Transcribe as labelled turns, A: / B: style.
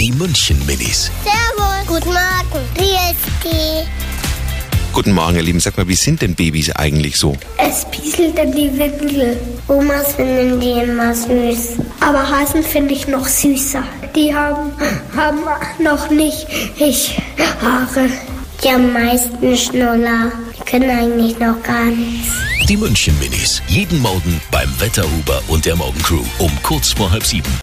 A: Die München Minis.
B: Servus. Guten Morgen. Grüß
A: Guten Morgen, ihr Lieben. Sag mal, wie sind denn Babys eigentlich so?
B: Es pieselt in die Windel. Omas finden die immer süß. Aber Hasen finde ich noch süßer. Die haben, haben noch nicht ich Haare. Die am meisten Schnuller. Die können eigentlich noch gar nichts.
A: Die München Minis. Jeden Morgen beim Wetterhuber und der Morgencrew um kurz vor halb sieben.